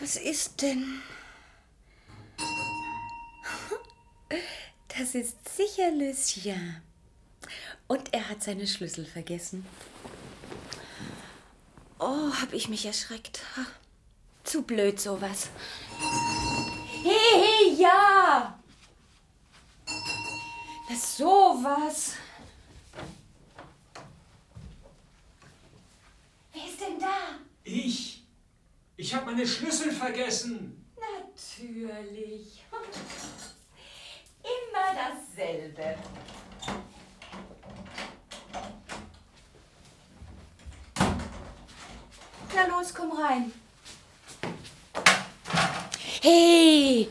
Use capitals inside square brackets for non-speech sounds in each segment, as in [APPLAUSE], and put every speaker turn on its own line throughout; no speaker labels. Was ist denn? Das ist sicher Lucien. Und er hat seine Schlüssel vergessen. Oh, hab ich mich erschreckt. Ha, Zu blöd sowas. Hey, hey, ja! Na sowas. Wer ist denn da?
Ich? Ich habe meine Schlüssel vergessen.
Natürlich. Immer dasselbe. Na los, komm rein. Hey!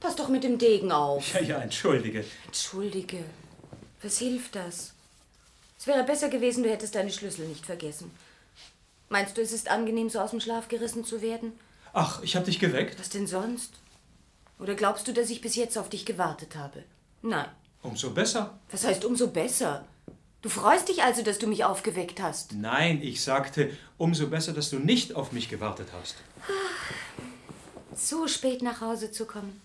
Pass doch mit dem Degen auf.
Ja, ja, entschuldige.
Entschuldige. Was hilft das? Es wäre besser gewesen, du hättest deine Schlüssel nicht vergessen. Meinst du, es ist angenehm, so aus dem Schlaf gerissen zu werden?
Ach, ich habe dich geweckt?
Was denn sonst? Oder glaubst du, dass ich bis jetzt auf dich gewartet habe? Nein.
Umso besser.
Was heißt umso besser? Du freust dich also, dass du mich aufgeweckt hast.
Nein, ich sagte, umso besser, dass du nicht auf mich gewartet hast.
So spät nach Hause zu kommen.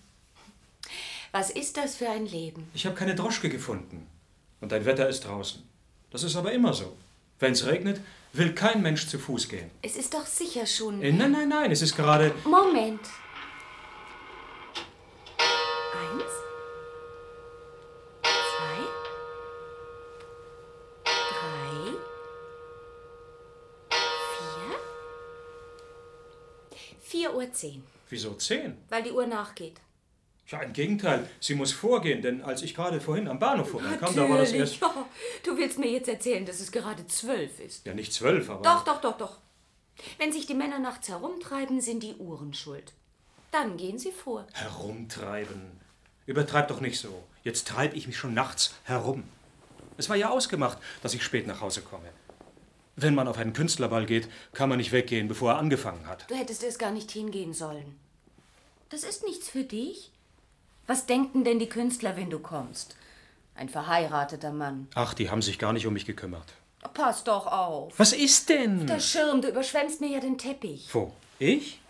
Was ist das für ein Leben?
Ich habe keine Droschke gefunden. Und dein Wetter ist draußen. Das ist aber immer so. Wenn's regnet, will kein Mensch zu Fuß gehen.
Es ist doch sicher schon.
Äh, nein, nein, nein, es ist gerade...
Moment. Eins. Zwei. Drei. Vier. Vier Uhr zehn,
Wieso zehn?
weil die Uhr nachgeht.
Ja, im Gegenteil. Sie muss vorgehen, denn als ich gerade vorhin am Bahnhof vorbeikam, da war das erst...
Ja, [LAUGHS] du willst mir jetzt erzählen, dass es gerade zwölf ist.
Ja, nicht zwölf, aber...
Doch, doch, doch, doch. Wenn sich die Männer nachts herumtreiben, sind die Uhren schuld. Dann gehen sie vor.
Herumtreiben. Übertreib doch nicht so. Jetzt treibe ich mich schon nachts herum. Es war ja ausgemacht, dass ich spät nach Hause komme. Wenn man auf einen Künstlerball geht, kann man nicht weggehen, bevor er angefangen hat.
Du hättest erst gar nicht hingehen sollen. Das ist nichts für dich. Was denken denn die Künstler, wenn du kommst? Ein verheirateter Mann.
Ach, die haben sich gar nicht um mich gekümmert.
Pass doch auf.
Was ist denn?
Der Schirm, du überschwemmst mir ja den Teppich.
Wo? Ich?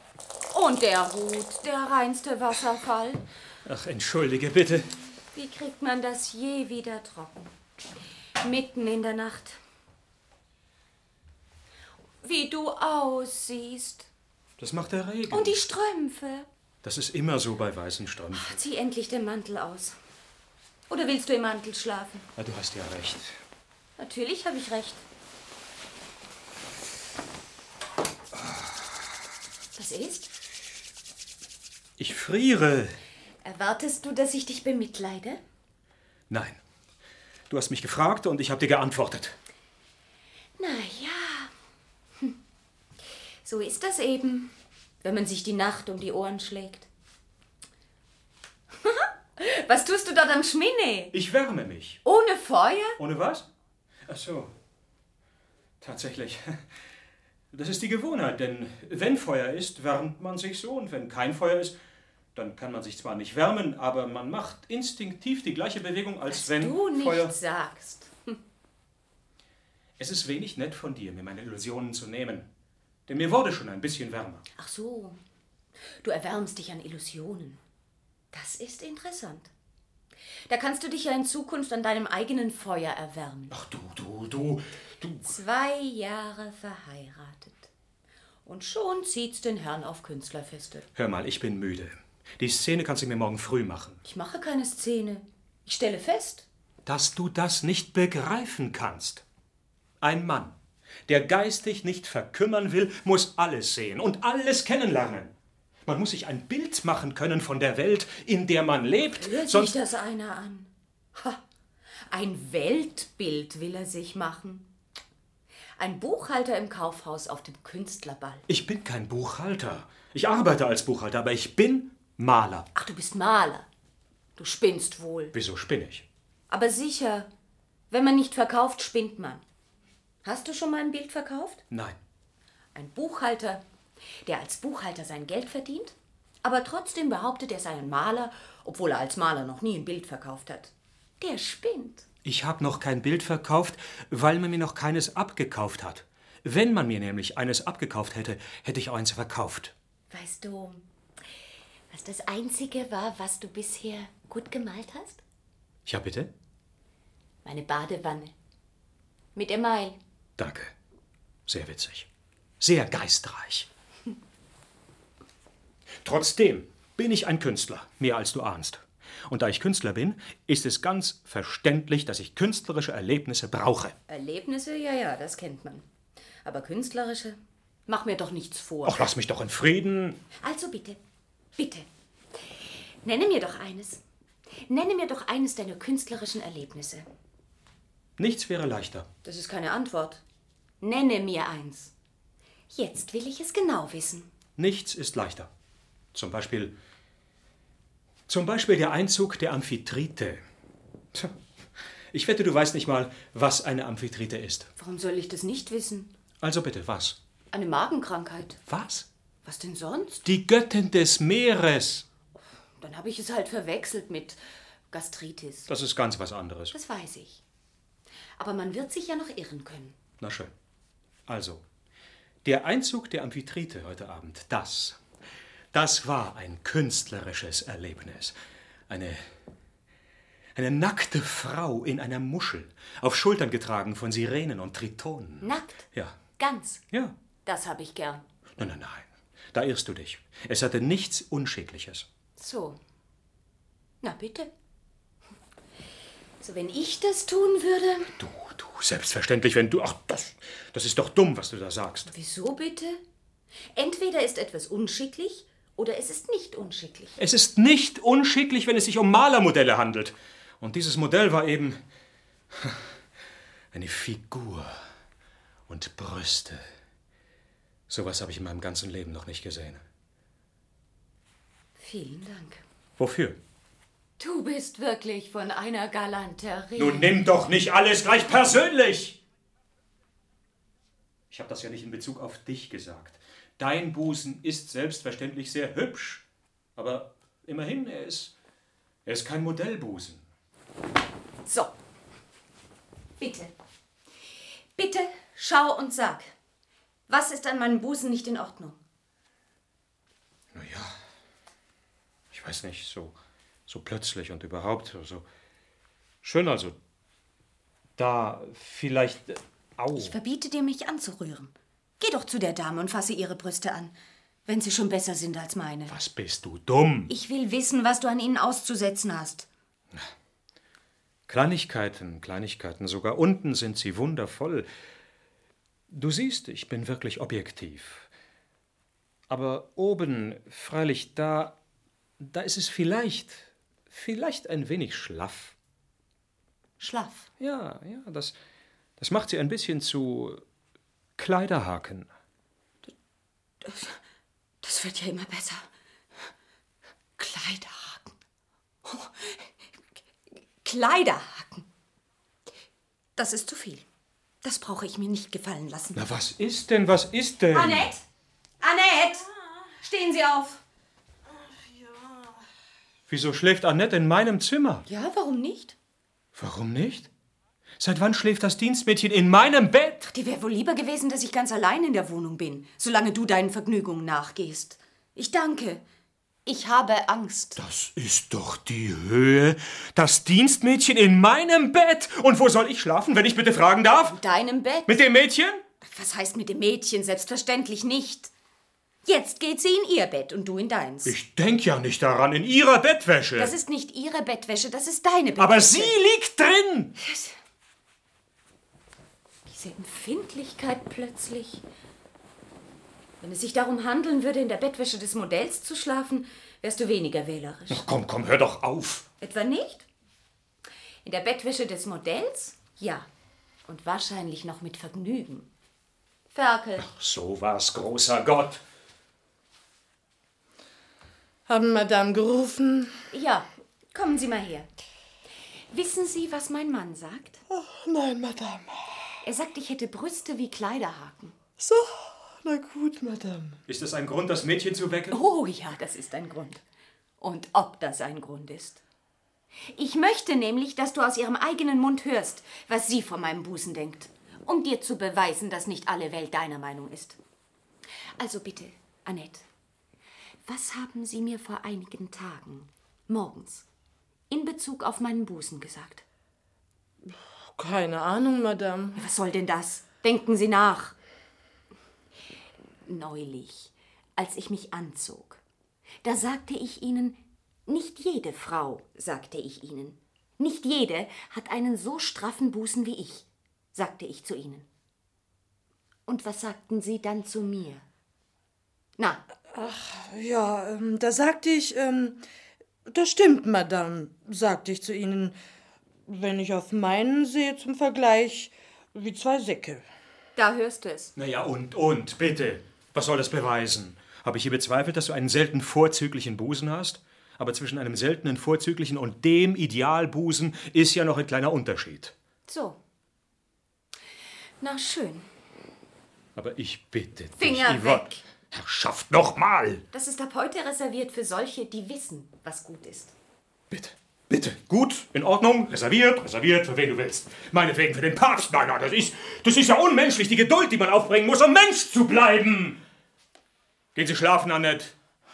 Und der Hut, der reinste Wasserfall.
Ach, entschuldige bitte.
Wie kriegt man das je wieder trocken? Mitten in der Nacht. Wie du aussiehst.
Das macht der Regen.
Und die Strümpfe.
das ist immer so bei weißen Strümpfen.
Zieh endlich den Mantel aus. Oder willst du im Mantel schlafen?
Na, Ah, du hast ja recht.
Natürlich habe ich recht. Was ist?
Ich friere.
Erwartest du, dass ich dich bemitleide?
Nein. Du hast mich gefragt und ich habe dir geantwortet.
Na ja. Hm. So ist das eben, wenn man sich die Nacht um die Ohren schlägt. [LAUGHS] Was tust du dort am Schminne?
Ich wärme mich.
Ohne Feuer?
Ohne was? Ach so. Tatsächlich. Das ist die Gewohnheit, denn wenn Feuer ist, wärmt man sich so und wenn kein Feuer ist, dann kann man sich zwar nicht wärmen, aber man macht instinktiv die gleiche Bewegung, als wenn
du nicht
Feuer.
sagst.
Es ist wenig nett von dir, mir meine Illusionen zu nehmen. Denn mir wurde schon ein bisschen wärmer.
Ach so. Du erwärmst dich an Illusionen. Das ist interessant. Da kannst du dich ja in Zukunft an deinem eigenen Feuer erwärmen.
Ach du, du, du, du.
Zwei Jahre verheiratet. Und schon zieht's den Herrn auf Künstlerfeste.
Hör mal, ich bin müde. Die Szene kannst du mir morgen früh machen.
Ich mache keine Szene. Ich stelle fest.
dass du das nicht begreifen kannst. Ein Mann, der geistig nicht verkümmern will, muss alles sehen und alles kennenlernen. Man muss sich ein Bild machen können von der Welt, in der man lebt,
Hört sich
sonst
das einer an? Ha, ein Weltbild will er sich machen. Ein Buchhalter im Kaufhaus auf dem Künstlerball.
ich bin kein Buchhalter. Ich arbeite als Buchhalter, aber ich bin Maler.
Ach, du bist Maler. Du spinnst wohl.
Wieso spinne ich?
Aber sicher, wenn man nicht verkauft, spinnt man. Hast du schon mal ein Bild verkauft?
Nein.
Ein Buchhalter, der als Buchhalter sein Geld verdient, aber trotzdem behauptet, er sei ein Maler, obwohl er als Maler noch nie ein Bild verkauft hat. Der spinnt.
Ich habe noch kein Bild verkauft, weil man mir noch keines abgekauft hat. Wenn man mir nämlich eines abgekauft hätte, hätte ich eins verkauft.
Weißt du, was das Einzige war, was du bisher gut gemalt hast?
Ja, bitte?
Meine Badewanne. Mit Email.
Danke. Sehr witzig. Sehr geistreich. [LAUGHS] Trotzdem bin ich ein Künstler, mehr als du ahnst. Und da ich Künstler bin, ist es ganz verständlich, dass ich künstlerische Erlebnisse brauche.
Erlebnisse, ja, ja, das kennt man. Aber künstlerische? Mach mir doch nichts vor.
Ach, lass mich doch in Frieden.
Also bitte, bitte. Nenne mir doch eines. Nenne mir doch eines deiner künstlerischen Erlebnisse.
Nichts wäre leichter.
Das ist keine Antwort.
Nenne mir eins. Jetzt will ich es genau wissen.
Nichts ist leichter. Zum Beispiel. Zum Beispiel der Einzug der Amphitrite. Tja, Ich wette, du weißt nicht mal, was eine Amphitrite ist.
Warum soll ich das nicht wissen?
Also bitte, was?
Eine Magenkrankheit.
Was?
Was denn sonst?
Die Göttin des Meeres.
Dann habe ich es halt verwechselt mit Gastritis.
Das ist ganz was anderes.
Das weiß ich. Aber man wird sich ja noch irren können.
Na schön. Also, der Einzug der Amphitrite heute Abend, das, das war ein künstlerisches Erlebnis. Eine, eine nackte Frau in einer Muschel, auf Schultern getragen von Sirenen und Tritonen.
Nackt,
Ja,
ganz,
ja.
das habe ich gern.
Nein, nein, nein. Da irrst du dich. Es hatte nichts Unschickliches.
So. Na bitte. So, wenn ich das tun würde.
Du, du, selbstverständlich, wenn du. Ach, das, das ist doch dumm, was du da sagst.
Wieso bitte? Entweder ist etwas unschicklich oder es ist nicht unschicklich.
Es ist nicht unschicklich, wenn es sich um Malermodelle handelt. Und dieses Modell war eben eine Figur und Brüste. Sowas habe ich in meinem ganzen Leben noch nicht gesehen.
Vielen Dank.
Wofür?
Du bist wirklich von einer Galanterie.
Nun nimm doch nicht alles gleich persönlich! Ich habe das ja nicht in Bezug auf dich gesagt. Dein Busen ist selbstverständlich sehr hübsch, aber immerhin, er ist, er ist kein Modellbusen.
So. Bitte. Bitte schau und sag. Was ist an meinem Busen nicht in Ordnung?
Naja, ich weiß nicht, so, so plötzlich und überhaupt so. Schön also. Da vielleicht. äh, Au.
Verbiete dir, mich anzurühren. Geh doch zu der Dame und fasse ihre Brüste an, wenn sie schon besser sind als meine.
Was bist du dumm?
Ich will wissen, was du an ihnen auszusetzen hast.
Kleinigkeiten, Kleinigkeiten, sogar unten sind sie wundervoll. Du siehst, ich bin wirklich objektiv. Aber oben, freilich, da, da ist es vielleicht, vielleicht ein wenig schlaff.
Schlaff.
Ja, ja, das, das macht sie ein bisschen zu Kleiderhaken.
Das wird ja immer besser. Kleiderhaken. Oh, Kleiderhaken. Das ist zu viel. Das brauche ich mir nicht gefallen lassen.
Na, was ist denn, was ist denn?
Annette! Annette! Ah. Stehen Sie auf!
Wieso schläft Annette in meinem Zimmer?
Ja, warum nicht?
Warum nicht? Seit wann schläft das Dienstmädchen in meinem Bett?
Dir wäre wohl lieber gewesen, dass ich ganz allein in der Wohnung bin, solange du deinen Vergnügungen nachgehst. Ich danke. Ich habe Angst.
Das ist doch die Höhe. Das Dienstmädchen in meinem Bett. Und wo soll ich schlafen, wenn ich bitte fragen darf?
Deinem Bett?
Mit dem Mädchen?
Was heißt mit dem Mädchen? Selbstverständlich nicht. Jetzt geht sie in ihr Bett und du in deins.
Ich denk ja nicht daran, in ihrer Bettwäsche.
Das ist nicht ihre Bettwäsche, das ist deine Bettwäsche.
Aber sie liegt drin.
Diese Empfindlichkeit plötzlich. Wenn es sich darum handeln würde, in der Bettwäsche des Modells zu schlafen, wärst du weniger wählerisch.
Ach, komm, komm, hör doch auf.
Etwa nicht? In der Bettwäsche des Modells? Ja. Und wahrscheinlich noch mit Vergnügen.
Ferkel.
So war's, großer Gott.
Haben Madame gerufen?
Ja, kommen Sie mal her. Wissen Sie, was mein Mann sagt?
Nein, Madame.
Er sagt, ich hätte Brüste wie Kleiderhaken.
So, na gut, Madame.
Ist das ein Grund, das Mädchen zu wecken?
Oh ja, das ist ein Grund. Und ob das ein Grund ist.
Ich möchte nämlich, dass du aus ihrem eigenen Mund hörst, was sie von meinem Busen denkt, um dir zu beweisen, dass nicht alle Welt deiner Meinung ist. Also bitte, Annette,
Was haben Sie mir vor einigen Tagen, morgens, in Bezug auf meinen Busen gesagt?
Keine Ahnung, Madame.
Was soll denn das? Denken Sie nach. Neulich, als ich mich anzog, da sagte ich Ihnen, nicht jede Frau, sagte ich Ihnen, nicht jede hat einen so straffen Busen wie ich, sagte ich zu Ihnen. Und was sagten Sie dann zu mir? Na,
Ja, ähm, da sagte ich, ähm, das stimmt, Madame, sagte ich zu Ihnen. Wenn ich auf meinen sehe zum Vergleich, wie zwei Säcke.
da hörst du es.
Naja, und, und, bitte. Was soll das beweisen? Habe ich hier bezweifelt, dass du einen selten vorzüglichen Busen hast? Aber zwischen einem seltenen vorzüglichen und dem Idealbusen ist ja noch ein kleiner Unterschied.
So. Na schön.
Aber ich bitte
Finger
dich, Yvonne.
weg.
Herrschaft, nochmal!
Das ist ab heute reserviert für solche, die wissen, was gut ist.
Bitte, bitte. Gut, in Ordnung, reserviert, reserviert, für wen du willst. Meinetwegen für den Papst. Nein, nein, das ist, das ist ja unmenschlich, die Geduld, die man aufbringen muss, um Mensch zu bleiben. Gehen Sie schlafen, Annette.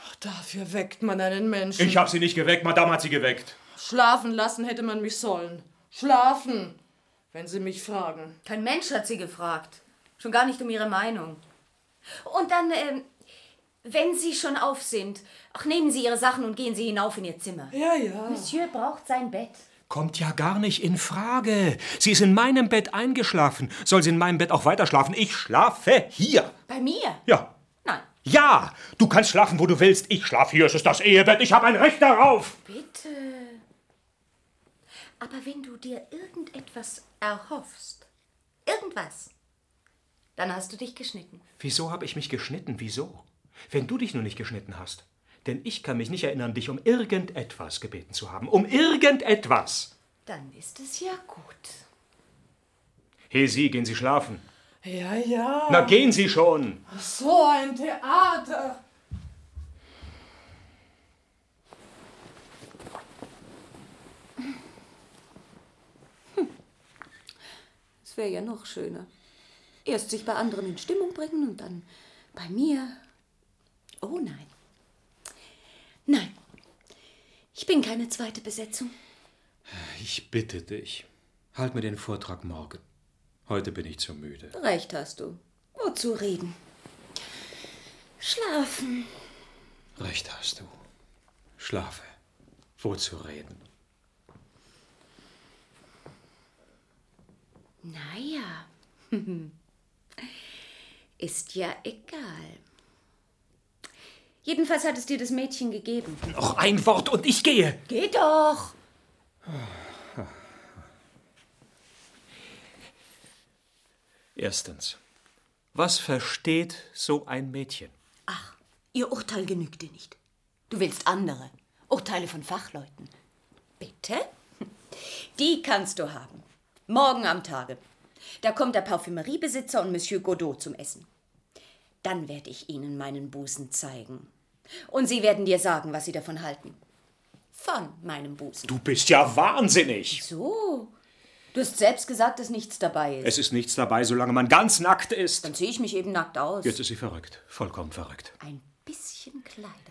Ach, dafür weckt man einen Menschen.
Ich habe Sie nicht geweckt, Madame hat Sie geweckt.
Schlafen lassen hätte man mich sollen. Schlafen, wenn Sie mich fragen.
Kein Mensch hat sie gefragt. Schon gar nicht um ihre Meinung. Und dann, ähm, wenn Sie schon auf sind, ach, nehmen Sie Ihre Sachen und gehen Sie hinauf in Ihr Zimmer.
Ja, ja.
Monsieur braucht sein Bett.
Kommt ja gar nicht in Frage. Sie ist in meinem Bett eingeschlafen. Soll sie in meinem Bett auch weiter schlafen? Ich schlafe hier.
Bei mir?
Ja.
Nein.
Ja, du kannst schlafen, wo du willst. Ich schlafe hier. Es ist das Ehebett. Ich habe ein Recht darauf.
Bitte. Aber wenn du dir irgendetwas erhoffst, irgendwas, dann hast du dich geschnitten.
Wieso habe ich mich geschnitten? Wieso? Wenn du dich nur nicht geschnitten hast. Denn ich kann mich nicht erinnern, dich um irgendetwas gebeten zu haben. Um irgendetwas.
Dann ist es ja gut.
He, Sie, gehen Sie schlafen.
Ja, ja.
Na, gehen Sie schon.
So ein Theater.
Es wäre ja noch schöner. Erst sich bei anderen in Stimmung bringen und dann bei mir. Oh nein. Nein. Ich bin keine zweite Besetzung.
Ich bitte dich, halt mir den Vortrag morgen. Heute bin ich zu müde.
Recht hast du. Wozu reden? Schlafen.
Recht hast du. Schlafe. Wozu reden?
Naja. [LAUGHS] Ist ja egal.
Jedenfalls hat es dir das Mädchen gegeben.
Noch ein Wort und ich gehe.
Geh doch!
Erstens. Was versteht so ein Mädchen?
Ach, ihr Urteil genügt dir nicht. Du willst andere. Urteile von Fachleuten.
Bitte? Die kannst du haben. Morgen am Tage. Da kommt der Parfümeriebesitzer und Monsieur Godot zum Essen. Dann werde ich ihnen meinen Busen zeigen. Und sie werden dir sagen, was sie davon halten. Von meinem Busen.
Du bist ja wahnsinnig.
So. Du hast selbst gesagt, dass nichts dabei ist.
Es ist nichts dabei, solange man ganz nackt ist.
Dann sehe ich mich eben nackt aus.
Jetzt ist sie verrückt. Vollkommen verrückt.
Ein bisschen Kleiderhaken.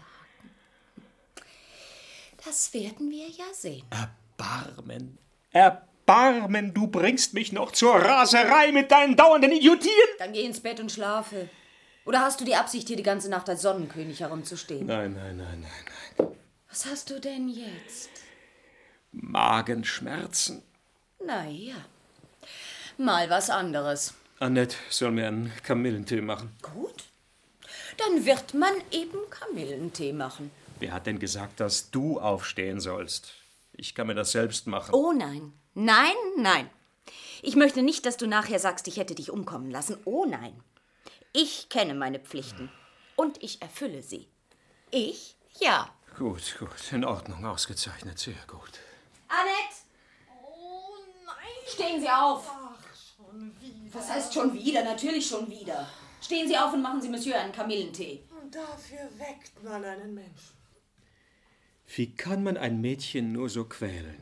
Das werden wir ja sehen.
Erbarmen. Erbarmen, du bringst mich noch zur Raserei mit deinen dauernden Idiotien.
Dann geh ins Bett und schlafe. Oder hast du die Absicht, hier die ganze Nacht als Sonnenkönig herumzustehen?
Nein, nein, nein, nein, nein.
Was hast du denn jetzt?
Magenschmerzen.
Naja, mal was anderes.
Annette soll mir einen Kamillentee machen.
Gut, dann wird man eben Kamillentee machen.
Wer hat denn gesagt, dass du aufstehen sollst? Ich kann mir das selbst machen.
Oh nein, nein, nein. Ich möchte nicht, dass du nachher sagst, ich hätte dich umkommen lassen. Oh nein. Ich kenne meine Pflichten und ich erfülle sie. Ich? Ja.
Gut, gut, in Ordnung, ausgezeichnet, sehr gut.
Annette! Oh nein! Stehen Sie auf! Ach, schon wieder. Was heißt schon wieder? Natürlich schon wieder. Stehen Sie auf und machen Sie Monsieur einen Kamillentee.
Und dafür weckt man einen Menschen.
Wie kann man ein Mädchen nur so quälen?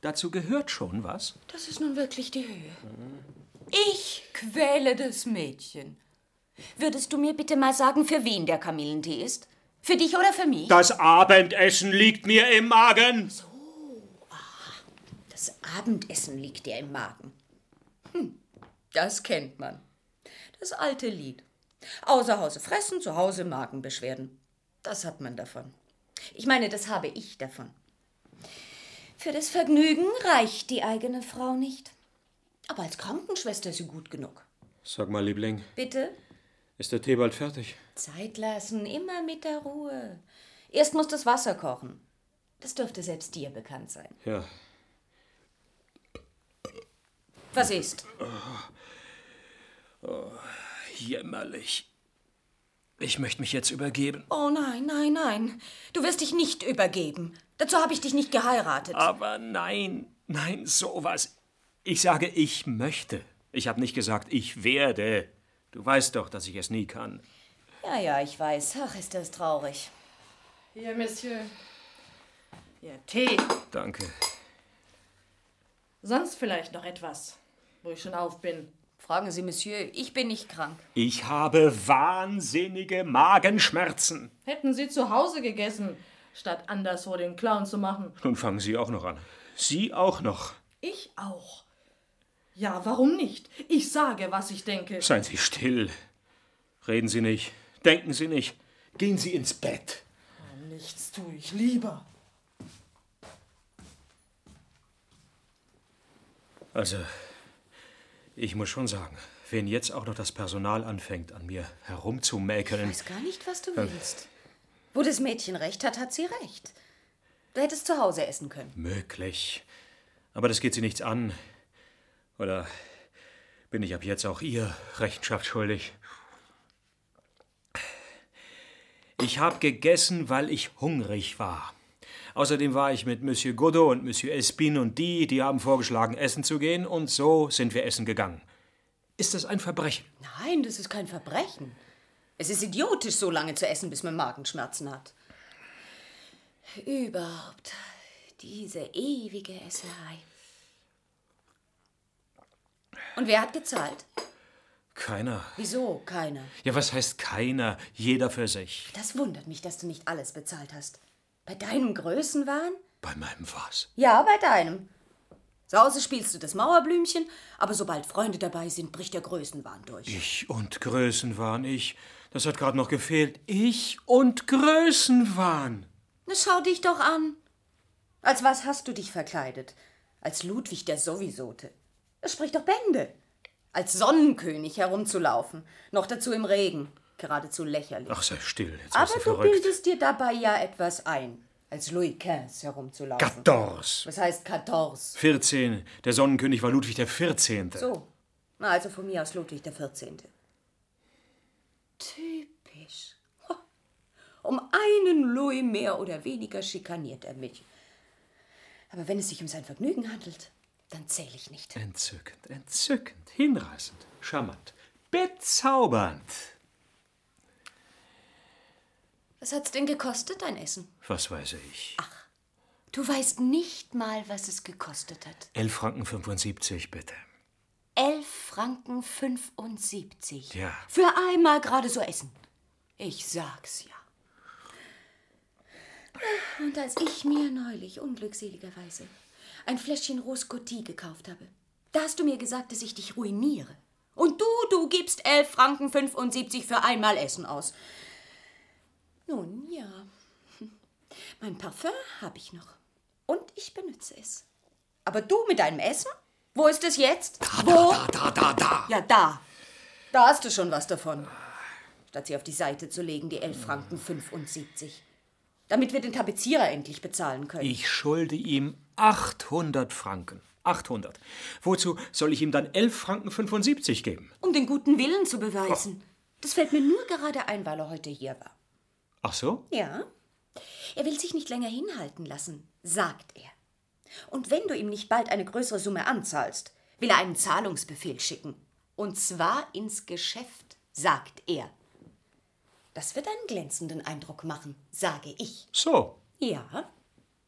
Dazu gehört schon was.
Das ist nun wirklich die Höhe. Ich quäle das Mädchen.
Würdest du mir bitte mal sagen, für wen der Kamillentee ist? Für dich oder für mich?
Das Abendessen liegt mir im Magen.
Das Abendessen liegt dir im Magen. Hm, das kennt man. Das alte Lied. Außer Hause fressen, zu Hause Magenbeschwerden. Das hat man davon. Ich meine, das habe ich davon. Für das Vergnügen reicht die eigene Frau nicht. Aber als Krankenschwester ist sie gut genug.
Sag mal, Liebling,
Bitte?
ist der Tee bald fertig?
Zeit lassen, immer mit der Ruhe. Erst muss das Wasser kochen. Das dürfte selbst dir bekannt sein.
Ja.
Was ist?
Jämmerlich. Ich möchte mich jetzt übergeben.
Oh nein, nein, nein. Du wirst dich nicht übergeben. Dazu habe ich dich nicht geheiratet.
Aber nein, nein, sowas. Ich sage, ich möchte. Ich habe nicht gesagt, ich werde. Du weißt doch, dass ich es nie kann.
Ja, ja, ich weiß. Ach, ist das traurig.
Hier, Monsieur. Ihr Tee.
Danke.
Sonst vielleicht noch etwas, wo ich schon auf bin.
Fragen Sie, Monsieur, ich bin nicht krank.
Ich habe wahnsinnige Magenschmerzen.
Hätten Sie zu Hause gegessen, statt anderswo den Clown zu machen.
Nun fangen Sie auch noch an. Sie auch noch.
Ich auch. Ja, warum nicht? Ich sage, was ich denke.
Seien Sie still. Reden Sie nicht. Denken Sie nicht. Gehen Sie ins Bett.
Nichts tue ich lieber.
Also, ich muss schon sagen, wenn jetzt auch noch das Personal anfängt, an mir herumzumäkeln.
Ich weiß gar nicht, was du willst. Wo das Mädchen recht hat, hat sie recht. Du hättest zu Hause essen können.
Möglich. Aber das geht sie nichts an. Oder bin ich ab jetzt auch ihr Rechenschaft schuldig? Ich habe gegessen, weil ich hungrig war. Außerdem war ich mit Monsieur Godot und Monsieur Espin und die, die haben vorgeschlagen, essen zu gehen, und so sind wir essen gegangen. Ist das ein Verbrechen?
Nein, das ist kein Verbrechen. Es ist idiotisch, so lange zu essen, bis man Magenschmerzen hat. Überhaupt diese ewige Esserei. Und wer hat gezahlt?
Keiner.
Wieso keiner?
Ja, was heißt keiner? Jeder für sich.
Das wundert mich, dass du nicht alles bezahlt hast. Bei deinem Größenwahn?
Bei meinem was?
Ja, bei deinem. Zu Hause spielst du das Mauerblümchen, aber sobald Freunde dabei sind, bricht der Größenwahn durch.
Ich und Größenwahn, ich. Das hat gerade noch gefehlt. Ich und Größenwahn.
Na, schau dich doch an. Als was hast du dich verkleidet? Als Ludwig der Sowiesote. Das spricht doch Bände. Als Sonnenkönig herumzulaufen, noch dazu im Regen, geradezu lächerlich.
Ach, sei still, jetzt
aber
wirst du
du
verrückt.
bildest dir dabei ja etwas ein, als Louis XV herumzulaufen.
14.
Was heißt 14?
14. Der Sonnenkönig war Ludwig der 14.
So, na also von mir aus Ludwig der 14. Typisch. Ho. Um einen Louis mehr oder weniger schikaniert er mich. Aber wenn es sich um sein Vergnügen handelt, dann zähle ich nicht.
Entzückend, entzückend, hinreißend, charmant, bezaubernd.
Was hat's denn gekostet, dein Essen?
Was weiß ich.
Du weißt nicht mal, was es gekostet hat.
11 Franken 75, bitte.
11 Franken 75.
Ja.
Für einmal gerade so essen. Ich sag's ja. Und als ich mir neulich unglückseligerweise ein Fläschchen Roscotti gekauft habe, da hast du mir gesagt, dass ich dich ruiniere. Und du, du gibst 11 Franken 75 für einmal Essen aus. Nun ja. [LAUGHS] Mein Parfüm habe ich noch. Und ich benütze es. Aber du mit deinem Essen? Wo ist es jetzt? Wo?
da, da, da.
Ja, da. Da hast du schon was davon. Statt sie auf die Seite zu legen, die 11 Franken 75. Damit wir den Tapezierer endlich bezahlen können.
Ich schulde ihm 800 Franken. 800. Wozu soll ich ihm dann 11 Franken 75 geben?
Um den guten Willen zu beweisen. Das fällt mir nur gerade ein, weil er heute hier war.
Ach so?
Ja. Er will sich nicht länger hinhalten lassen, sagt er. Und wenn du ihm nicht bald eine größere Summe anzahlst, will er einen Zahlungsbefehl schicken. Und zwar ins Geschäft, sagt er. Das wird einen glänzenden Eindruck machen, sage ich.
So,
Ja,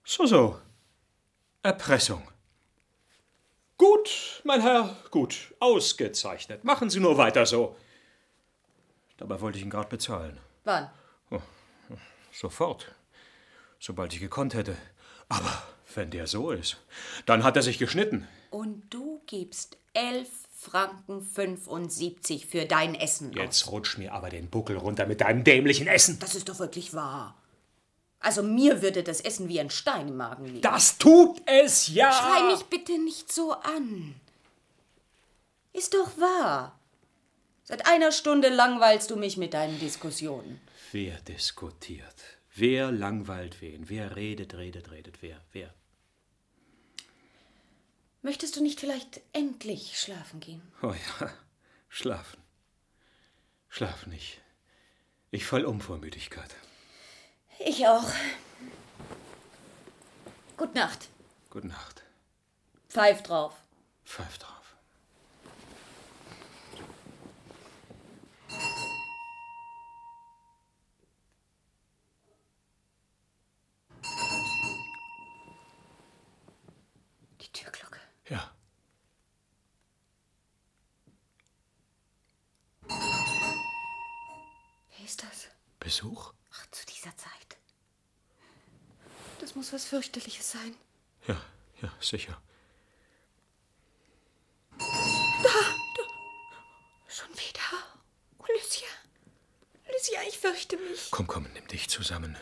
so, so. Erpressung. Gut, mein Herr, gut. Ausgezeichnet. Machen Sie nur weiter so. Dabei wollte ich ihn gerade bezahlen.
wann?
Sofort. Sobald ich gekonnt hätte. Aber wenn der so ist, dann hat er sich geschnitten.
Und du gibst 11 Franken 75 für dein Essen
Jetzt rutsch mir aber den Buckel runter mit deinem dämlichen Essen.
Das ist doch wirklich wahr. Also mir würde das Essen wie ein Stein im Magen liegen.
Das tut es ja!
Schrei mich bitte nicht so an. Ist doch wahr. Seit einer Stunde langweilst du mich mit deinen Diskussionen.
Wer diskutiert? Wer langweilt wen? Wer redet, redet, redet? Wer? Wer?
Möchtest du nicht vielleicht endlich schlafen gehen?
Oh ja, schlafen. Schlaf nicht. Ich fall um vor Müdigkeit.
Ich auch. Gute Nacht.
Gute Nacht.
Pfeif drauf.
Pfeif drauf.
Die Türglocke.
Ja.
Wer ist das?
Besuch?
Ach, zu dieser Zeit. Das muss was fürchterliches sein.
Ja, ja, sicher.
Schon wieder? Oh, Lucia. Lucia, ich fürchte mich.
Komm, komm, nimm dich zusammen.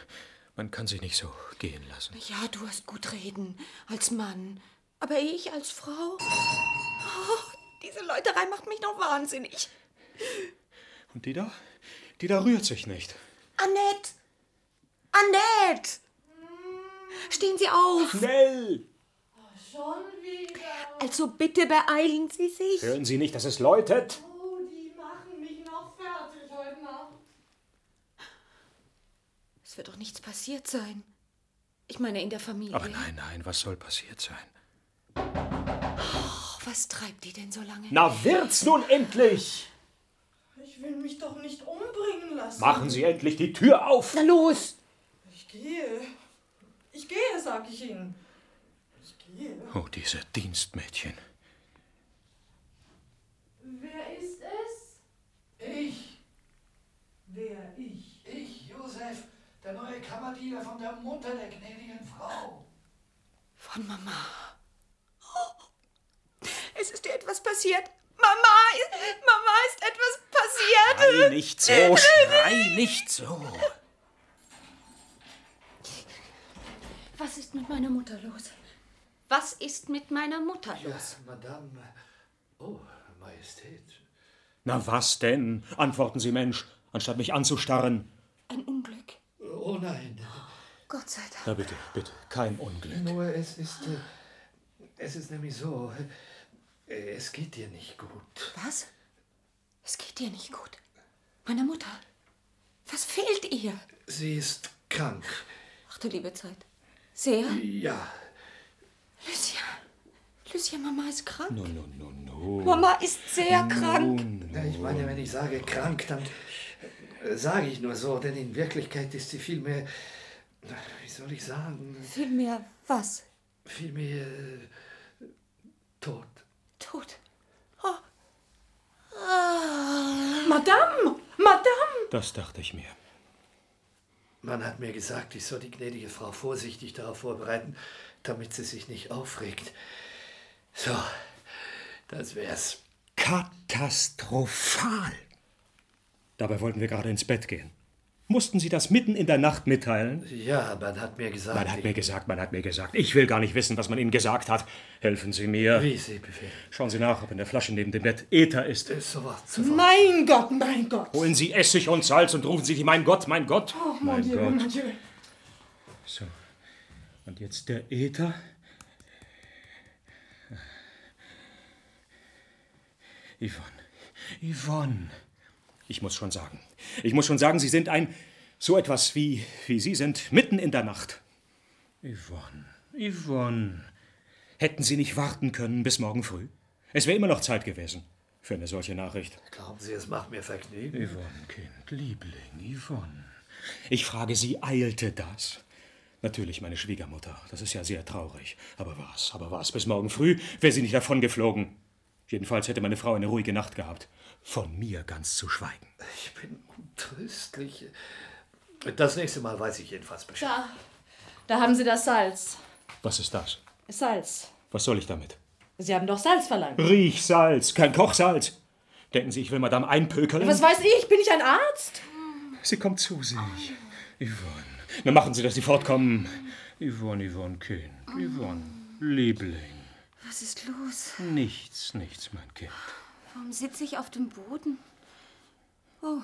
Man kann sich nicht so gehen lassen.
Ja, du hast gut reden, als Mann. Aber ich als Frau?
Oh, Diese Läuterei macht mich noch wahnsinnig.
Und die da? Die da rührt sich nicht.
Annette! Annette! Stehen Sie auf!
Schnell!
Also bitte beeilen Sie sich.
Hören Sie nicht, dass es läutet?
Oh, die machen mich noch fertig heute Nacht.
Es wird doch nichts passiert sein. Ich meine, in der Familie.
Aber nein, nein, was soll passiert sein?
Ach, was treibt die denn so lange?
Na, wird's nun endlich!
Ich will mich doch nicht umbringen lassen.
Machen Sie endlich die Tür auf!
Na los!
Ich gehe. Ich gehe, sag ich Ihnen. Ich gehe.
Oh, diese Dienstmädchen.
Wer ist es?
Ich,
Wer ich?
ich, Josef, der neue Kammerdiener von der Mutter der gnädigen Frau.
Von Mama.
Es ist dir etwas passiert. Mama, ist- Mama ist etwas passiert.
Schrei nicht so, schrei nicht so.
Was ist mit meiner Mutter los?
Was ist mit meiner Mutter los?
Madame, oh, Majestät.
Na, was denn? Antworten Sie, Mensch, anstatt mich anzustarren.
Ein Unglück.
Oh nein,
Gott sei Dank.
Na bitte, bitte, kein Unglück.
nur es ist, äh, es ist nämlich so, äh, es geht dir nicht gut.
Was? Es geht dir nicht gut. Meine Mutter. Was fehlt ihr?
Sie ist krank.
Ach du liebe Zeit. Sehr?
Ja,
Lucia. Lucia, Mama ist krank.
No, no, no.
Mama ist sehr krank.
Na, ich meine, wenn ich sage krank, dann äh, sage ich nur so, denn in Wirklichkeit ist sie vielmehr, na, wie soll ich sagen,
Vielmehr was?
vielmehr äh, tot.
Tod.
Madame! Madame!
Das dachte ich mir.
Man hat mir gesagt, ich soll die gnädige Frau vorsichtig darauf vorbereiten, damit sie sich nicht aufregt. So, das wär's.
Katastrophal! Dabei wollten wir gerade ins Bett gehen. Mussten Sie das mitten in der Nacht mitteilen?
Ja, man hat mir gesagt,
Man hat mir gesagt, man hat mir gesagt. Ich will gar nicht wissen, was man Ihnen gesagt hat. Helfen Sie mir.
wie sie befehlen.
Schauen Sie nach, ob in der Flasche neben dem Bett Ether ist.
So was zu
Mhm.
ver-
Mein Gott, mein Gott.
Holen Sie Essig und Salz und rufen Sie die Mein Gott, mein Gott. mein Gott. So. Und jetzt der Äther. Yvonne. Yvonne. Ich muss schon sagen. Ich muss schon sagen, Sie sind ein. So etwas wie. wie Sie sind, mitten in der Nacht. Yvonne. Yvonne. Hätten Sie nicht warten können bis morgen früh? Es wäre immer noch Zeit gewesen. Für eine solche Nachricht.
Glauben Sie, es macht mir Vergnügen?
Yvonne, Kind, Liebling, Yvonne. Ich frage Sie, eilte das? Natürlich, meine Schwiegermutter. Das ist ja sehr traurig. Aber was, aber was? Bis morgen früh wäre sie nicht davongeflogen. Jedenfalls hätte meine Frau eine ruhige Nacht gehabt. Von mir ganz zu schweigen.
Ich bin untröstlich. Das nächste Mal weiß ich jedenfalls Bescheid.
Da, da haben Sie das Salz.
Was ist das?
Salz.
Was soll ich damit?
Sie haben doch Salz verlangt.
Riechsalz, kein Kochsalz. Denken Sie, ich will Madame einpökeln?
Was weiß ich? Bin ich ein Arzt?
Sie kommt zu sich. Yvonne. Na machen Sie, dass Sie fortkommen. Yvonne, Yvonne, Kind. Yvonne, Liebling.
Was ist los?
Nichts, nichts, mein
[LAUGHS]
Kind.
Warum sitze ich auf dem Boden? Oh.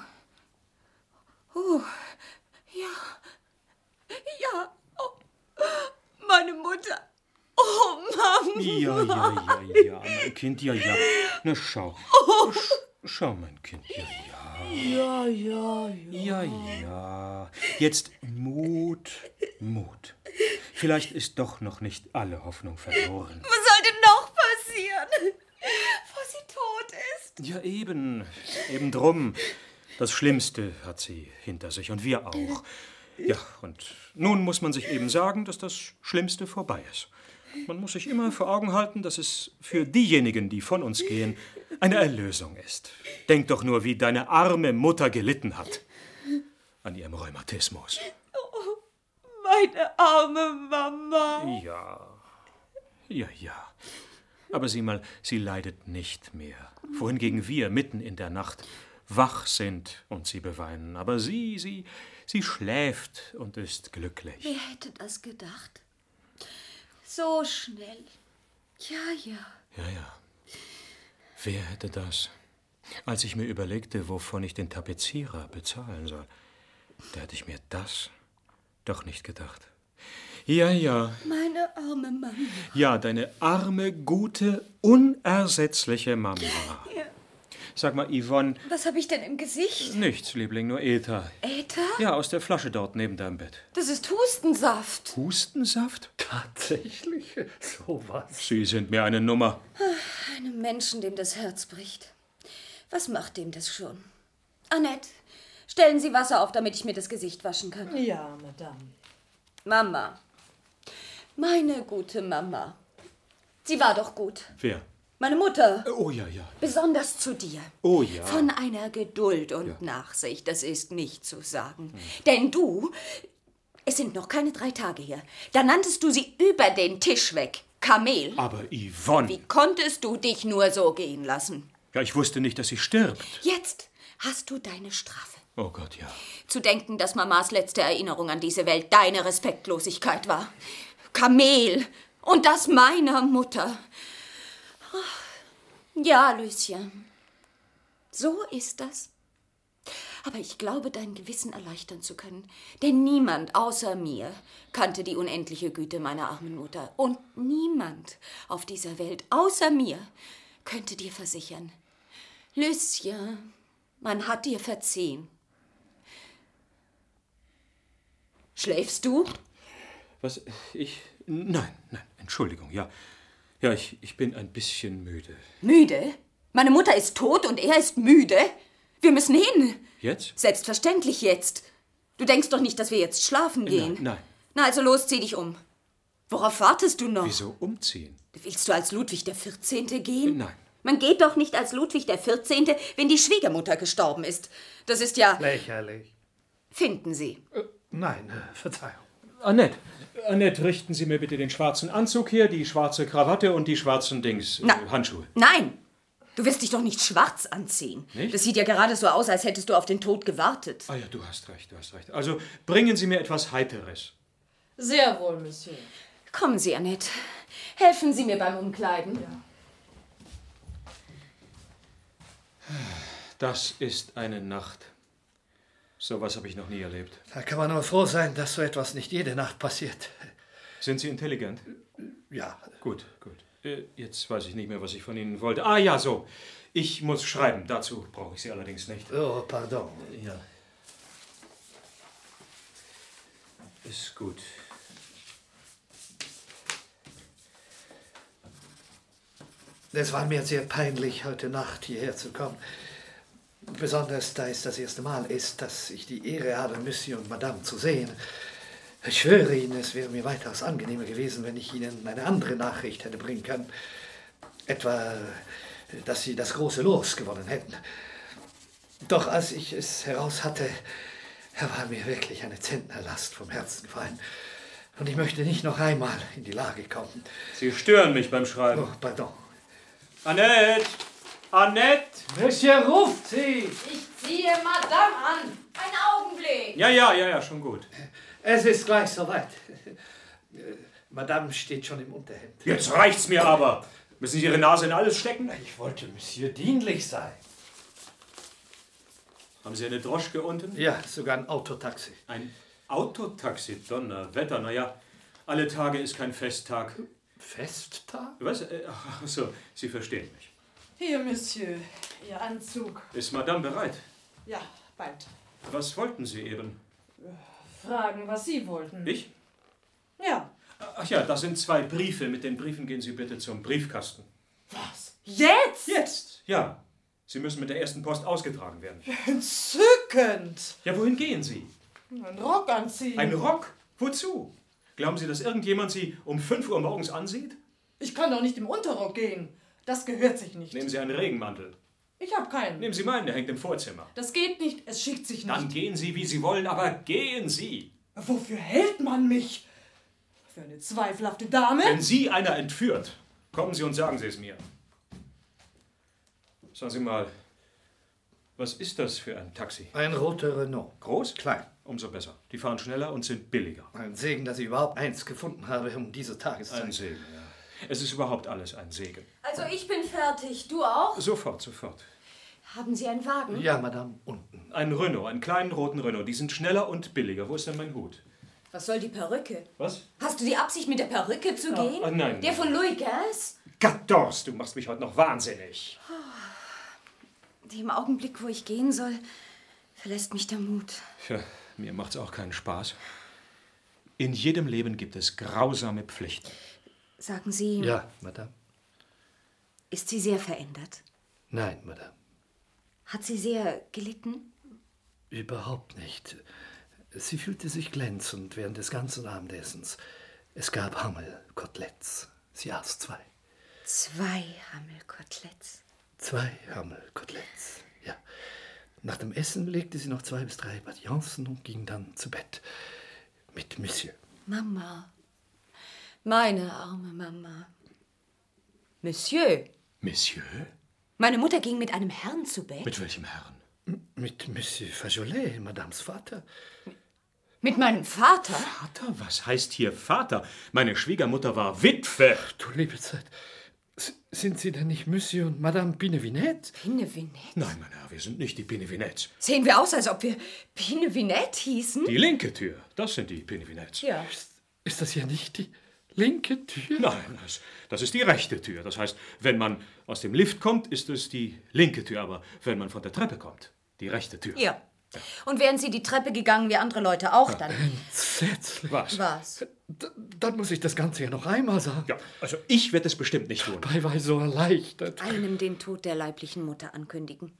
Oh. Ja. Ja. Oh. Meine Mutter. Oh, Mama.
Ja, ja, ja, ja, mein Kind, ja, ja. Na schau. Sch schau, mein Kind, ja,
Ja, ja, ja.
ja. Ja, ja. Jetzt Mut, Mut. Vielleicht ist doch noch nicht alle Hoffnung verloren.
Was sollte noch passieren? Wo sie tot ist.
Ja, eben. Eben drum. Das Schlimmste hat sie hinter sich und wir auch. Ja, und nun muss man sich eben sagen, dass das Schlimmste vorbei ist. Man muss sich immer vor Augen halten, dass es für diejenigen, die von uns gehen, eine Erlösung ist. Denk doch nur, wie deine arme Mutter gelitten hat an ihrem Rheumatismus.
Oh, Meine arme Mama.
Ja, ja, ja. Aber sieh mal, sie leidet nicht mehr. Wohingegen wir mitten in der Nacht wach sind und sie beweinen. Aber sie, sie, sie schläft und ist glücklich.
Wer hätte das gedacht? So schnell. Ja, ja.
Ja, ja. Wer hätte das? Als ich mir überlegte, wovon ich den Tapezierer bezahlen soll, da hätte ich mir das doch nicht gedacht. Ja, ja,
Meine arme Mama.
Ja, deine arme, gute, unersetzliche Mama.
Ja.
Sag mal, Yvonne,
Was habe ich denn im Gesicht?
nichts, Liebling, nur Ether.
Äther?
Ja, aus der Flasche dort neben deinem Bett.
Das ist Hustensaft.
Hustensaft?
Tatsächlich? [LAUGHS] So was?
Sie sind mir eine Nummer.
Einem Menschen, dem das Herz bricht. Was macht dem das schon? Annette, stellen Sie Wasser auf, damit ich mir das Gesicht waschen kann.
Ja, Madame.
Mama. Meine gute Mama. Sie war doch gut.
Wer?
Meine Mutter.
Oh ja, ja.
Besonders zu dir.
Oh ja.
Von einer Geduld und Nachsicht, das ist nicht zu sagen. Denn du, es sind noch keine drei Tage her, da nanntest du sie über den Tisch weg. Kamel.
Aber Yvonne.
Wie konntest du dich nur so gehen lassen?
Ja, ich wusste nicht, dass sie stirbt.
Jetzt hast du deine Strafe.
Oh Gott, ja.
Zu denken, dass Mamas letzte Erinnerung an diese Welt deine Respektlosigkeit war. Kamel. Und das meiner Mutter. Ah, Ja, Lucien. So ist das. Aber ich glaube, dein Gewissen erleichtern zu können. Denn niemand außer mir kannte die unendliche Güte meiner armen Mutter. Und niemand auf dieser Welt außer mir könnte dir versichern. Lucien, man hat dir verziehen. Schläfst du?
Was? Ich? Nein, nein, Entschuldigung, ja. Ja, ich, ich bin ein bisschen müde.
Müde? Meine Mutter ist tot und er ist müde. Wir müssen hin.
Jetzt?
Selbstverständlich jetzt. Du denkst doch nicht, dass wir jetzt schlafen gehen.
Nein, nein.
Na, also los, zieh dich um. Worauf wartest du noch?
Wieso umziehen?
Willst du als Ludwig der 14. gehen?
Äh, Nein.
Man geht doch nicht als Ludwig der 14., wenn die Schwiegermutter gestorben ist. Das ist ja.
Lächerlich.
Finden Sie.
Oh,
Nein, äh, Verzeihung.
Annette, Annette, richten Sie mir bitte den schwarzen Anzug her, die schwarze Krawatte und die schwarzen Dings, äh,
Na.
Handschuhe.
Nein! Du wirst dich doch nicht schwarz anziehen.
Nicht?
Das sieht ja gerade so aus, als hättest du auf den Tod gewartet.
Ah ja, du hast recht, du hast recht. Also bringen Sie mir etwas Heiteres.
Sehr wohl, Monsieur.
Kommen Sie, Annette. Helfen Sie mir beim Umkleiden.
Das ist eine Nacht. Sowas habe ich noch nie erlebt.
Da kann man nur froh sein, dass so etwas nicht jede Nacht passiert.
Sind Sie intelligent?
Ja,
Gut, gut. Äh, jetzt weiß ich nicht mehr, was ich von Ihnen wollte. Ah ja, so. Ich muss schreiben. Dazu brauche ich Sie allerdings nicht.
oh, pardon.
Ja. Ist gut.
Es war mir sehr peinlich, heute Nacht hierher zu kommen. Besonders, da es das erste Mal ist, dass ich die Ehre habe, Monsieur und Madame zu sehen. Ich schwöre Ihnen, es wäre mir weitaus angenehmer gewesen, wenn ich Ihnen eine andere Nachricht hätte bringen können. Etwa, dass Sie das große Los gewonnen hätten. Doch als ich es heraus hatte, Er war mir wirklich eine Zentnerlast vom Herzen gefallen. Und ich möchte nicht noch einmal in die Lage kommen.
Sie stören mich beim
Oh,
Schreiben.
pardon.
Annette! Annette!
Monsieur ruft Sie!
Ich ziehe Madame an. Ein Augenblick.
Ja, ja, ja, ja, schon gut.
Es ist gleich soweit. Äh, Madame steht schon im Unterhemd.
Jetzt reicht's mir aber. Müssen Sie Ihre Nase in alles stecken?
Ich wollte Monsieur dienlich sein.
Haben Sie eine Droschke unten?
Ja, sogar ein Autotaxi.
Ein Autotaxi, Donnerwetter. Naja, alle Tage ist kein Festtag.
Festtag?
Was? Äh, ach so, Sie verstehen mich.
Hier, Monsieur, Ihr Anzug.
Ist Madame bereit?
Ja, bald.
Was wollten Sie eben?
Fragen, was Sie wollten.
Ich?
Ja.
Ach ja, da sind zwei Briefe. Mit den Briefen gehen Sie bitte zum Briefkasten.
Jetzt?
Jetzt? Ja. Sie müssen mit der ersten Post ausgetragen werden.
Entzückend.
Ja, wohin gehen Sie?
Einen Rock anziehen.
Ein Rock? Wozu? Glauben Sie, dass irgendjemand Sie um 5 Uhr morgens ansieht?
ich kann doch nicht im Unterrock gehen. Das gehört sich nicht.
Nehmen Sie einen Regenmantel.
Ich habe keinen.
Nehmen Sie meinen, der hängt im Vorzimmer.
Das geht nicht. Es schickt sich nicht.
Dann gehen Sie, wie Sie wollen, aber gehen Sie.
Wofür hält man mich? Für eine zweifelhafte Dame?
Wenn Sie einer entführt, kommen Sie und sagen Sie es mir. Sagen Sie mal, was ist das für ein Taxi?
Ein roter Renault.
Groß?
Klein.
Umso besser. Die fahren schneller und sind billiger.
Ein Segen, dass ich überhaupt eins gefunden habe um diese Tageszeit.
Ein Segen, ja. Es ist überhaupt alles ein Segen.
Also ich bin fertig. Du auch?
Sofort, sofort.
Haben Sie einen Wagen?
Ja, Madame, unten.
Einen Renault, einen kleinen roten Renault. Die sind schneller und billiger. Wo ist denn mein Hut?
Was soll die Perücke?
Was?
Hast du die Absicht, mit der Perücke zu gehen?
ah, nein.
Der von Louis Gass?
Gadors, du machst mich heute noch wahnsinnig.
Im Augenblick, wo ich gehen soll, verlässt mich der Mut.
Tja, mir macht's auch keinen Spaß. In jedem Leben gibt es grausame Pflichten.
Sagen Sie,
Ja, Madame.
ist sie sehr verändert?
Nein, Madame.
Hat sie sehr gelitten?
Überhaupt nicht. Sie fühlte sich glänzend während des ganzen Abendessens. Es gab Hammel, Koteletts. Sie aß zwei.
Zwei Hammelkoteletts.
Zwei Hammelkoteletts, ja. Nach dem Essen legte sie noch zwei bis drei Badianzen und ging dann zu Bett. Mit Monsieur.
Mama. Meine arme Mama. Monsieur,
Monsieur?
meine Mutter ging mit einem Herrn zu Bett.
Mit welchem Herrn?
Mit Monsieur Fajolet, Madames Vater.
Mit meinem Vater?
Vater? Was heißt hier Vater? Meine Schwiegermutter war Witwe.
Du liebe Zeit, S sind Sie denn nicht Monsieur und Madame Binevinette?
Pinevinette.
Nein, mein Herr, wir sind nicht die Pinevinettes.
Sehen wir aus, als ob wir Pinevinette hießen?
Die linke Tür, das sind die Pinevinettes.
Ja.
Ist das ja nicht die linke Tür?
Nein, das, das ist die rechte Tür. Das heißt, wenn man aus dem Lift kommt, ist es die linke Tür, aber wenn man von der Treppe kommt, die rechte Tür.
Ja. Und wären sie die Treppe gegangen, wie andere Leute auch, dann
Entsetzlich. Äh,
Was?
war's.
D dann muss ich das Ganze ja noch einmal sagen.
Ja, also ich werde es bestimmt nicht tun.
Dabei war ich so erleichtert.
Einem den Tod der leiblichen Mutter ankündigen,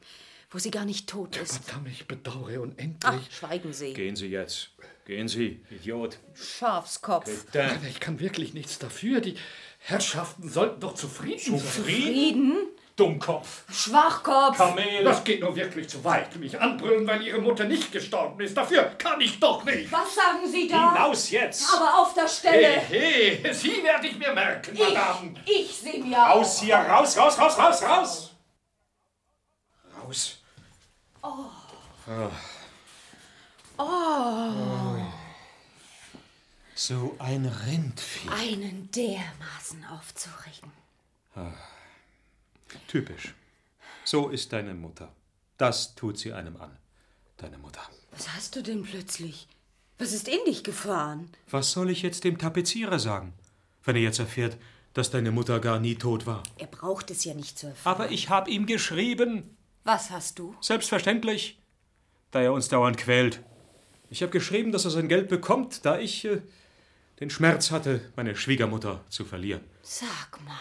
wo sie gar nicht tot ist.
Verdammt, ich bedauere
Ach,
unendlich.
schweigen Sie.
Gehen Sie jetzt. Gehen Sie, Idiot.
Schafskopf.
Nein, ich kann wirklich nichts dafür. Die Herrschaften sollten doch zufrieden sein.
Frieden?
Dummkopf.
Schwachkopf.
Kamel.
Das geht nur wirklich zu weit. Mich anbrüllen, weil ihre Mutter nicht gestorben ist. Dafür kann ich doch nicht.
Was sagen Sie
Hinaus jetzt.
Aber auf der
Hey, hey, Sie werde ich mir merken, Madame.
Ich sehe mir
Raus hier, raus, raus, raus, raus, raus. Raus. Oh. So ein Rindvieh.
Einen dermaßen aufzuregen.
Typisch. So ist deine Mutter. Das tut sie einem an. Deine Mutter.
Was hast du denn plötzlich? Was ist in dich gefahren?
Was soll ich jetzt dem Tapezierer sagen, wenn er jetzt erfährt, dass deine Mutter gar nie tot war?
Er braucht es ja nicht zu erfahren.
Aber ich habe ihm geschrieben.
Was hast du?
Selbstverständlich, da er uns dauernd quält. Ich habe geschrieben, dass er sein Geld bekommt, da ich äh, den Schmerz hatte, meine Schwiegermutter zu verlieren.
Sag mal.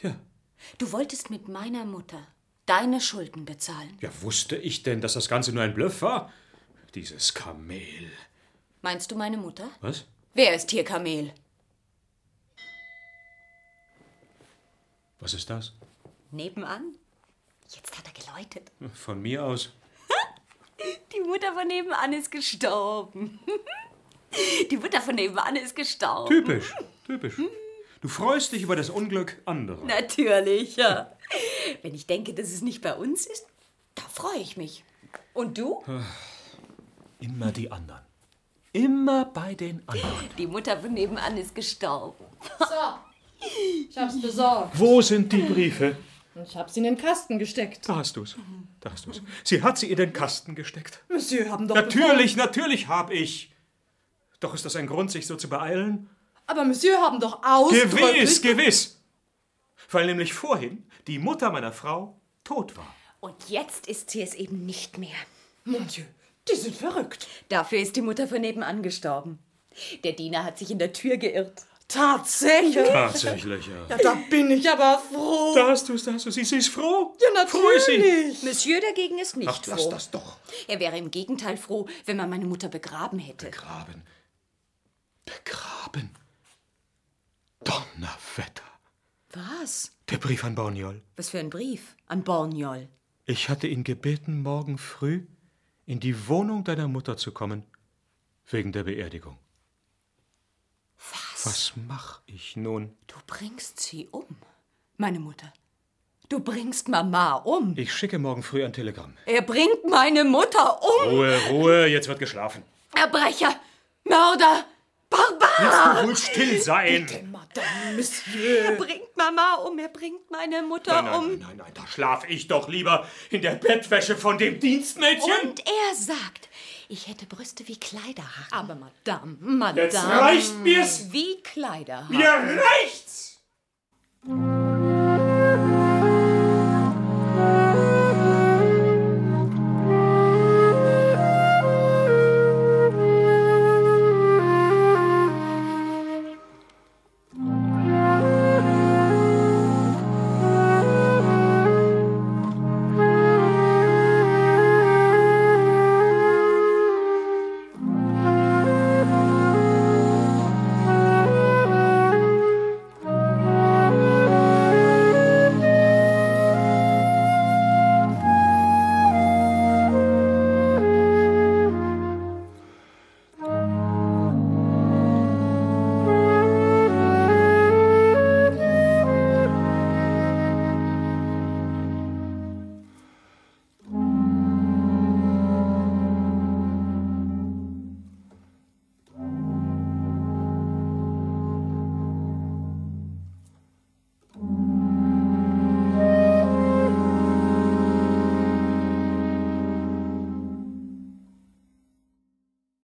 Ja.
Du wolltest mit meiner Mutter deine Schulden bezahlen.
Ja, wusste ich denn, dass das Ganze nur ein Bluff war? Dieses Kamel.
Meinst du meine Mutter?
Was?
Wer ist hier Kamel?
Was ist das?
Nebenan? Jetzt hat er geläutet.
Von mir aus.
Die die Mutter von nebenan ist gestorben. [LAUGHS] Die Mutter von nebenan ist gestorben.
Typisch, typisch. Du freust dich über das Unglück anderer.
Natürlich, ja. Wenn ich denke, dass es nicht bei uns ist, da freue ich mich. Und du?
Immer die anderen. Immer bei den anderen.
Die Mutter von nebenan ist gestorben.
So, ich hab's besorgt.
Wo sind die Briefe?
Ich hab sie in den Kasten gesteckt.
Da hast du's. Da hast du's. Sie hat sie in den Kasten gesteckt.
Monsieur, haben doch...
Natürlich, natürlich hab ich. Doch ist das ein Grund, sich so zu beeilen?
Aber Monsieur, haben doch ausdrücklich...
Gewiss, gewiss. Weil nämlich vorhin die Mutter meiner Frau tot war.
Und jetzt ist sie es eben nicht mehr.
Mon Dieu, die sind verrückt.
Dafür ist die Mutter von nebenan gestorben. Der Diener hat sich in der Tür geirrt.
Tatsächlich?
Tatsächlich, ja.
Ja, da bin ich aber froh.
Da hast du's, da hast du's. Sie, sie ist froh.
Ja,
Froh ist sie.
natürlich.
Monsieur dagegen ist nicht
Ach, lass
froh.
das doch.
Er wäre im Gegenteil froh, wenn man meine Mutter begraben hätte.
Begraben. Begraben. Donnerwetter.
Was?
Der Brief an Borniol.
Was für ein Brief? An Bornjol.
Ich hatte ihn gebeten, morgen früh in die Wohnung deiner Mutter zu kommen, wegen der Beerdigung. Was? Was mach ich nun?
Du bringst sie um, meine Mutter. Du bringst Mama um.
Ich schicke morgen früh ein Telegramm.
Er bringt meine Mutter um.
Ruhe, Ruhe, jetzt wird geschlafen.
Erbrecher, Mörder, Barbar.
Wohl still sein!
Madame, Monsieur.
Er bringt Mama um, er bringt meine Mutter um.
Nein, nein, nein, nein, nein, da schlaf ich doch lieber in der Bettwäsche von dem
um.
Dienstmädchen.
Und er sagt, ich hätte Brüste wie Kleiderhaken. Aber Madame, Madame.
Jetzt reicht mir's.
Wie Kleiderhaken.
Mir reicht's!
Musik